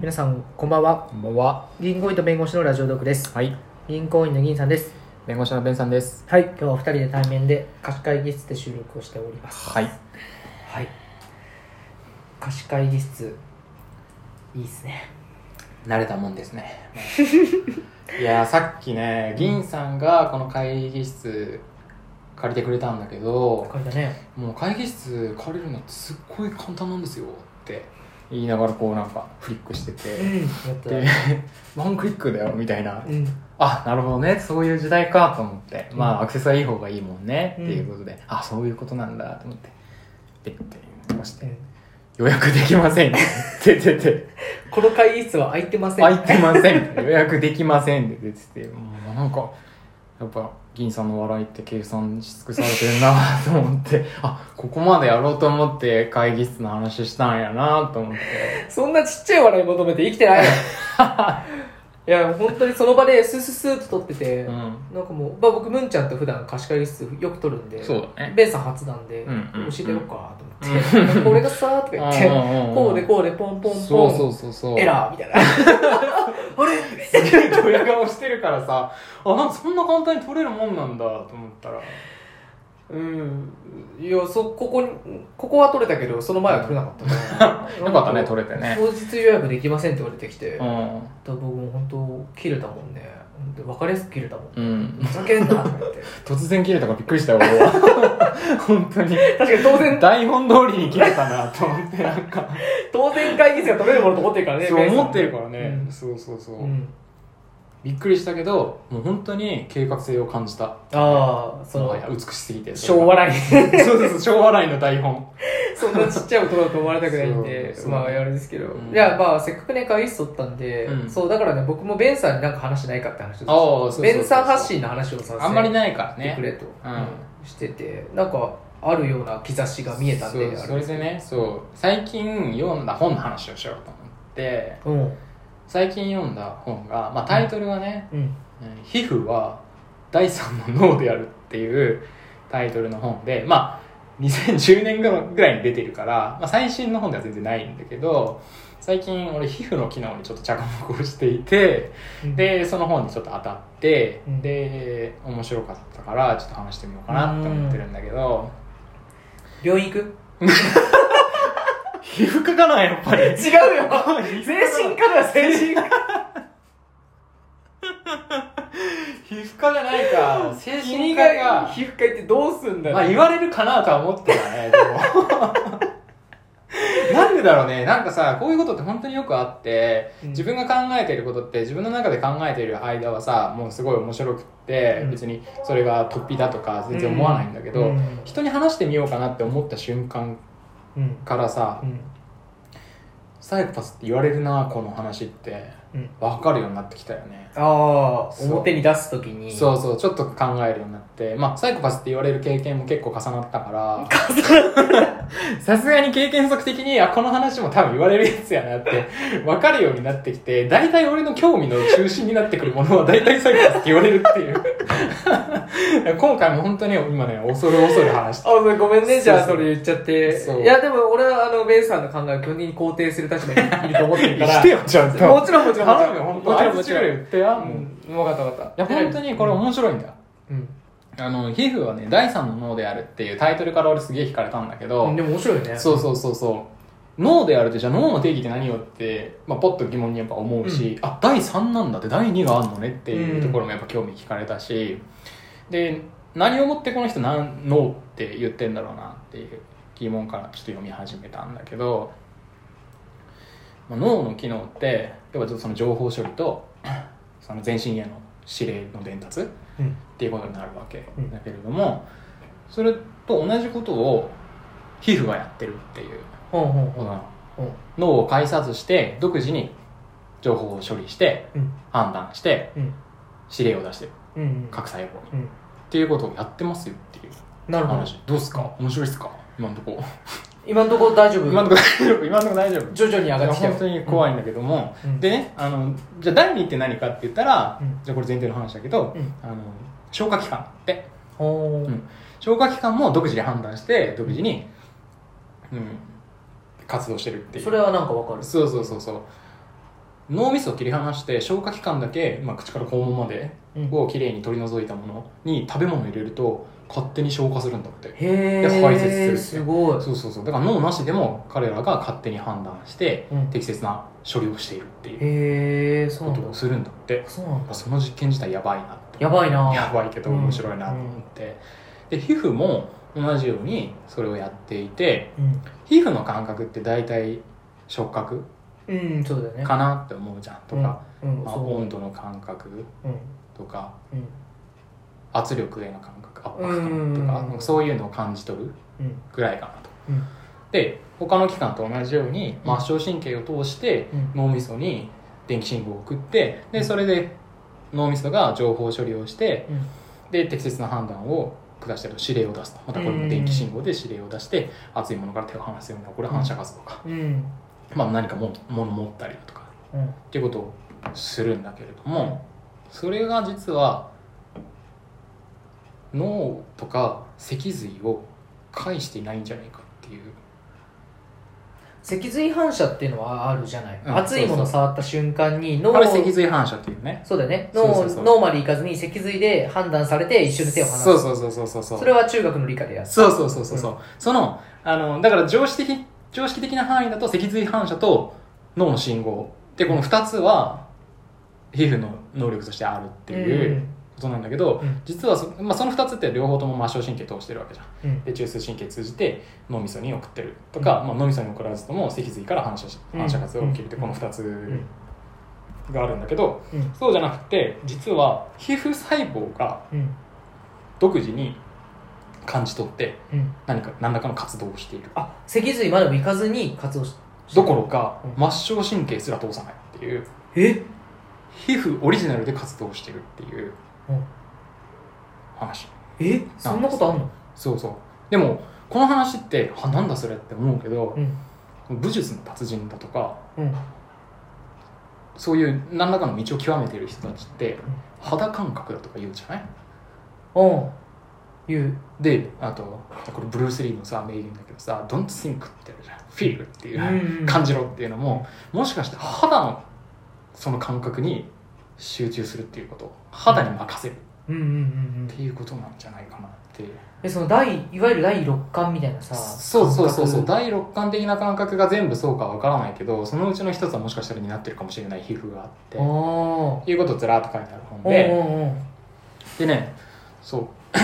皆さんこんばんはこんばんは。銀行員と弁護士のラジオドクですはい。銀行員の銀さんです弁護士のベンさんです。はい今日は2人で対面で貸し会議室で収録をしておりますはい。はい貸し会議室いいですね慣れたもんですね。 いやー、さっきね、銀さんがこの会議室借りてくれたんだけど、これだねもう会議室借りるのってすっごい簡単なんですよって言いながらこうなんかフリックしてうて、んやったで、ワンクリックだよみたいなうんあなるほどねそういう時代かと思って、まあアクセスはいい方がいいもんね、っていうことであそういうことなんだと思ってピッて押して、予約できませんって出ててこの会議室は空いてません空いてません予約できませんって出ててもうなんかやっぱ銀さんの笑いって計算し尽くされてるなと思ってあここまでやろうと思って会議室の話したんやなと思ってそんなちっちゃい笑い求めて生きて ないよいや本当にその場でスースースーっと撮ってて、うんなんかもう、まあ、僕ムンちゃんと普段貸し会議室よく撮るんでそうだねベンさん初なんで、うんうんうん教えてよっかと思って、俺がさーとか言って、ここうでこうでポンポンポンそうそうそうそうエラーみたいなあれすげえドヤ顔してるからさあなんかそんな簡単に取れるもんなんだと思ったらうんいやそここにここは取れたけどその前は取れなかったね よかったね取れてね当日予約できませんって言われてきて、うだかんら僕も本当切れたもんね本当分かりやすく切れたもんうんふざけんなと思って 突然切れたからびっくりしたよ俺は本当に確かに当然台本通りに切れたなと思ってなんか当然会議室が取れるものと思ってるからねそうベンさん思ってるからね、うんそうそうそう、うんびっくりしたけどもう本当に計画性を感じたああそものはや美しすぎてそれ昭が和ラインそうそうそう昭和ラインの台本 そんなちっちゃい男だと思われたくないんでそうそうまああれですけど、ういんやまあせっかくね会議室取ったんで、うんそうだからね僕もベンさんになんか話ないかって話をああそうそうそうベンさん発信の話をさせてあんまりないからねくれと、うんうんしててなんかあるような兆しが見えたんでそうそれでねそう最近読んだ本の話をしようと思ってあれうん最近読んだ本が、まあ、タイトルがねうん「皮膚は第三の脳である」っていうタイトルの本でまあ2010年ぐらいに出てるから、まあ、最新の本では全然ないんだけど最近俺皮膚の機能にちょっと着目をしていてうんでその本にちょっと当たって、うんで面白かったからちょっと話してみようかなって思ってるんだけど、病院行く皮膚科かなやっぱり違うよ 精神科だよ精神科 皮膚科じゃないか 精君神科がが皮膚科行ってどうすんだよ、 まあ言われるかなとは思ってたねで もなんでだろうねなんかさこういうことって本当によくあってうん自分が考えてることって自分の中で考えてる間はさもうすごい面白くって、うん別にそれが突飛だとか全然思わないんだけど、うん人に話してみようかなって思った瞬間うんからさ、うんサイコパスって言われるなこの話ってうん分かるようになってきたよねああそう表に出すときにそうそうちょっと考えるようになってまあサイコパスって言われる経験も結構重なったからさすがに経験則的にあこの話も多分言われるやつやなって分かるようになってきて大体俺の興味の中心になってくるものは大体サイコパスって言われるっていう 今回も本当に今ね恐る恐る話してあ、ごめんごめんね、じゃあそそうそうれ言っちゃってそう。いや、でも俺はあの、ベンさんの考えを基本的に肯定する立場にいると思ってるから。してよちゃんともちろんもちろん。もち頼むろよん本も当ちあろんいもつち中ろん。でう、言ってや、もわうんかったわかっいた。や本当にこれ面白いんだようん。あの皮膚はね第三の脳であるっていうタイトルから俺すげえ惹かれたんだけど、うん。でも面白いね。そうそうそうそう脳であるってじゃあ脳の定義って何よって、まあ、ポッと疑問にやっぱ思うし、あ第3なんだって第2があんのねっていうところもやっぱ興味惹かれたし、で何をもってこの人なん脳って言ってんだろうなっていう疑問からちょっと読み始めたんだけど、まあ、脳の機能って要はちょっとその情報処理とその全身への指令の伝達っうん。ていうことになるわけうんだけれども、それと同じことを皮膚がやってるっていうほんほんほん。うん。脳を介さずして独自に情報を処理してうん。判断してうん。指令を出してるうん。核細胞にうん。っていうことをやってますよっていうなるほど。話どうっすか面白いっすか今のとこ今のところ大丈今の夫。とこ大丈夫今のとこ大丈夫徐々に上いがっやてきたよ。本当に怖いい。んだけども、うんでねあのじゃあ第2って何かって言ったら、うんじゃあこれ前提の話だけど、うんあの消化器官ってほーうん消化器官も独自で判断して独自に、うん、活動してるっていうそれはなんかわかる。そうそうそうそう脳みそを切り離して消化器官だけ、まあ、口から肛門までをきれいに取り除いたものに食べ物を入れると勝手に消化するんだってへで排泄するってえすごいそうそうそうだから脳なしでも彼らが勝手に判断してうん適切な処理をしているっていうへえそうなことんをだするんだってそうなんだその実験自体やばいなってやばいなやばいけどうん面白いなと思って、で皮膚も同じようにそれをやっていてうん、皮膚の感覚って大体触覚うん、そうだよねかなって思うじゃんとか、うん、うんまあ、そう温度の感覚うんとかうん圧力への感覚圧迫うん感とかなんかそういうのを感じ取るうんぐらいかなと、うんで他の器官と同じように末梢神経を通してうん脳みそに電気信号を送ってでそれで脳みそが情報処理をしてうんで適切な判断を下したりと指令を出すとまたこれも電気信号で指令を出して熱いものから手を離すようになるこれは反射活動か、うんまあ、何かも物持ったりだとかうんっていうことをするんだけれどもそれが実は脳とか脊髄を介していないんじゃないかっていう脊髄反射っていうのはあるじゃない、うん熱いもの触った瞬間に脳あれ脊髄反射っていうねそうだよねそう脳そうそう脳まで行かずに脊髄で判断されて一緒に手を離すそうそうそうそうそうそうそれは中学の理科でやったそうそうそうそうそう、そのあのだから常識的常識的な範囲だと脊髄反射と脳の信号でこの2つは皮膚の能力としてあるっていううことなんだけど、うん実はそ,、まあ、その2つって両方とも末梢神経通してるわけじゃんうんうんで中枢神経通じて脳みそに送ってるとか、うまあ、脳みそに送らずとも脊髄から反射しうん反射活動を受けるってうんこの2つんがあるんだけど、うんそうじゃなくて実は皮膚細胞がうん独自に感じ取ってうん何か何らかの活動をしているあ脊髄までも行かずに活動しどころかう末梢神経すら通さないっていうえ皮膚オリジナルで活動してるっていううん話えそんなことあんのそうそうでもこの話ってあなんだそれって思うけどうん武術の達人だとかうんそういう何らかの道を極めている人たちって肌感覚だとか言うじゃないうん言うであとこれブルース・リーのさ名言だけどさ「Don't think」ってあるじゃん「Feel」っていう、うん感じろっていうのももしかして肌のその感覚に集中するっていうこと肌に任せるうんうんうんうんっていうことなんじゃないかなってえその第いわゆる第六感みたいなさそうそうそうそう感覚第六感的な感覚が全部そうかわからないけどそのうちの一つはもしかしたらになってるかもしれない皮膚があってっあていうことをずらっと書いてある本あうんでうんうんでねそう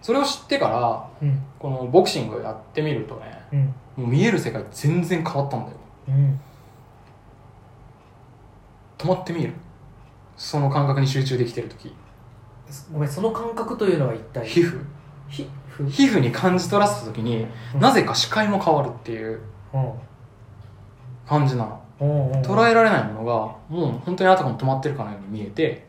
それを知ってからうんこのボクシングをやってみるとねうんもう見える世界全然変わったんだようん止まってみるその感覚に集中できてる時ごめんその感覚というのは一体皮膚皮膚皮膚に感じ取らせた時にうんなぜか視界も変わるっていううん感じなのうんうん捉えられないものがもう本当にあたかも止まってるかのように見えて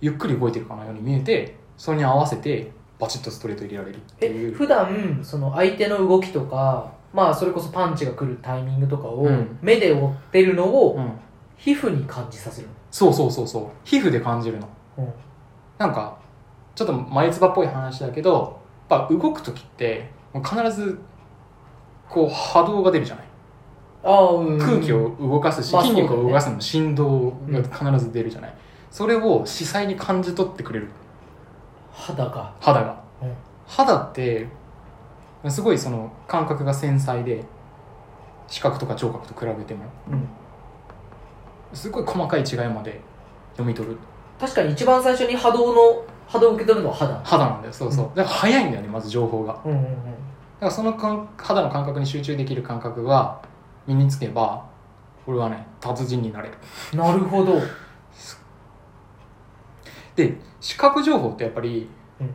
ゆっくり動いてるかのように見えてそれに合わせてバチッとストレート入れられるっていえう普段その相手の動きとかまあそれこそパンチが来るタイミングとかをうん目で追ってるのうをん、皮膚に感じさせるそうそうそうそう皮膚で感じるののなんかちょっと眉唾っぽい話だけどやっぱ動く時ってもう必ずこう波動が出るじゃないああうん空気を動かすし、まあ筋肉そうだをね動かすのも振動が必ず出るじゃない、それを視細に感じ取ってくれる肌が肌が、うん肌ってすごいその感覚が繊細で視覚とか聴覚と比べてもうんすごい細かい違いまで読み取る確かに一番最初に波動の波動を受け取るのは肌肌なんだよそうそう、うだから早いんだよねまず情報がだうかんうんうんらその感肌の感覚に集中できる感覚が身につけば俺はね達人になれるなるほどで視覚情報ってやっぱりうん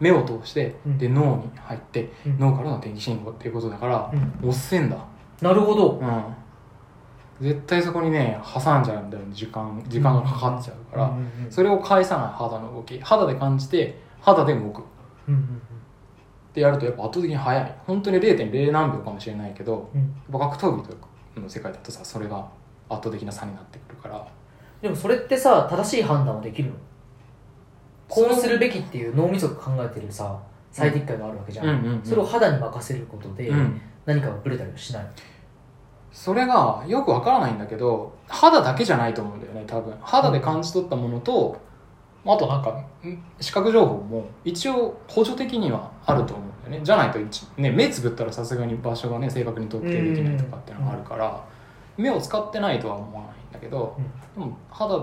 目を通して、うんで脳に入って、うん脳からの電気信号っていうことだから、うんおっせんだなるほどうん絶対そこにね挟んじゃうんだよね時間時間がかかっちゃうから、うんうんうんそれを返さない肌の動き肌で感じて肌で動くっうんうんてやるとやっぱ圧倒的に早い本当に0.0何秒かもしれないけどうんうんやっぱ格闘技とかの世界だとさそれが圧倒的な差になってくるからでもそれってさ正しい判断はできるのこうするべきっていう脳みそが考えてるさ最適解があるわけじゃん、うんうんうんそれを肌に任せることでうん何かがブレたりはしない、それがよくわからないんだけど肌だけじゃないと思うんだよね多分肌で感じ取ったものと、あとなんかん視覚情報も一応補助的にはあると思うんだよねじゃないと一、ね、目つぶったらさすがに場所がね正確に特定できないとかっていうのがあるから、目を使ってないとは思わないんだけど、でも肌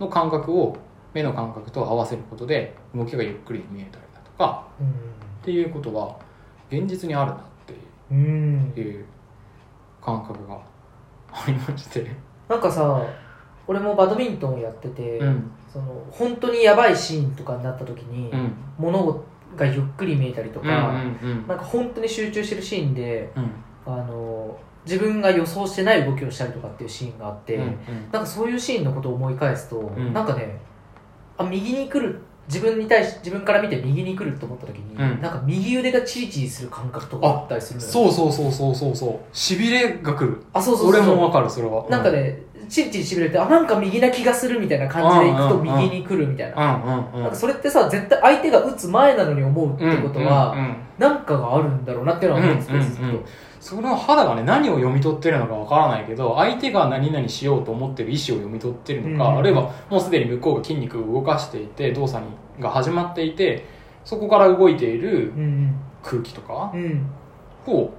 の感覚を目の感覚と合わせることで動きがゆっくりに見えたりだとかっていうことは現実にあるなっていう。うんっていう感覚がありまして、なんかさ俺もバドミントンをやってて、うんその本当にやばいシーンとかになった時に、うん、物がゆっくり見えたりととか、か、うんうんなんか本当に集中してるシーンでうんあの自分が予想してない動きをしたりとかっていうシーンがあって、うんなんかそういうシーンのことを思い返すと、んなんかねあ右に来る自分に対し自分から見て右に来ると思った時に、うんなんか右腕がチリチリする感覚とかあったりするのよそうそうそうそうそうそうしびれがくるあそうそうそう俺もわかるそれはなんかねチリチリしびれてあなんか右な気がするみたいな感じでいくとうんうんうん右に来るみたいな,、うんうんうんなんかそれってさ絶対相手が打つ前なのに思うってことは、うんうんうんなんかがあるんだろうなっていうのは思うんですけど、うんうんうんその肌がね何を読み取ってるのかわからないけど相手が何々しようと思ってる意思を読み取ってるのか、うんあるいはもうすでに向こうが筋肉を動かしていて動作にが始まっていてそこから動いているうん空気とか、うんうんを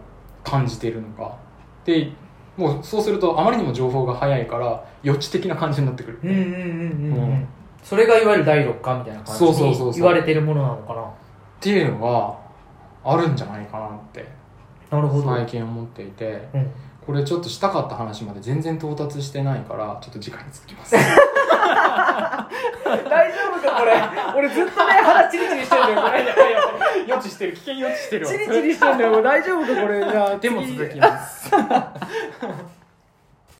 感じているのかでもうそうするとあまりにも情報が早いから予知的な感じになってくる、うんうんうんうんううんんそれがいわゆる第六感みたいな感じそうそうそうそにう言われてるものなのかなっていうのはあるんじゃないかなってなるほど、最近思っていてうんこれちょっとしたかった話まで全然到達してないからちょっと次回に続き ます大丈夫かこれ俺ずっとね腹チリチリしてるんだよこれ予知してる危険予知してチリチリしてるんだよ大丈夫かこれじゃあでも続きます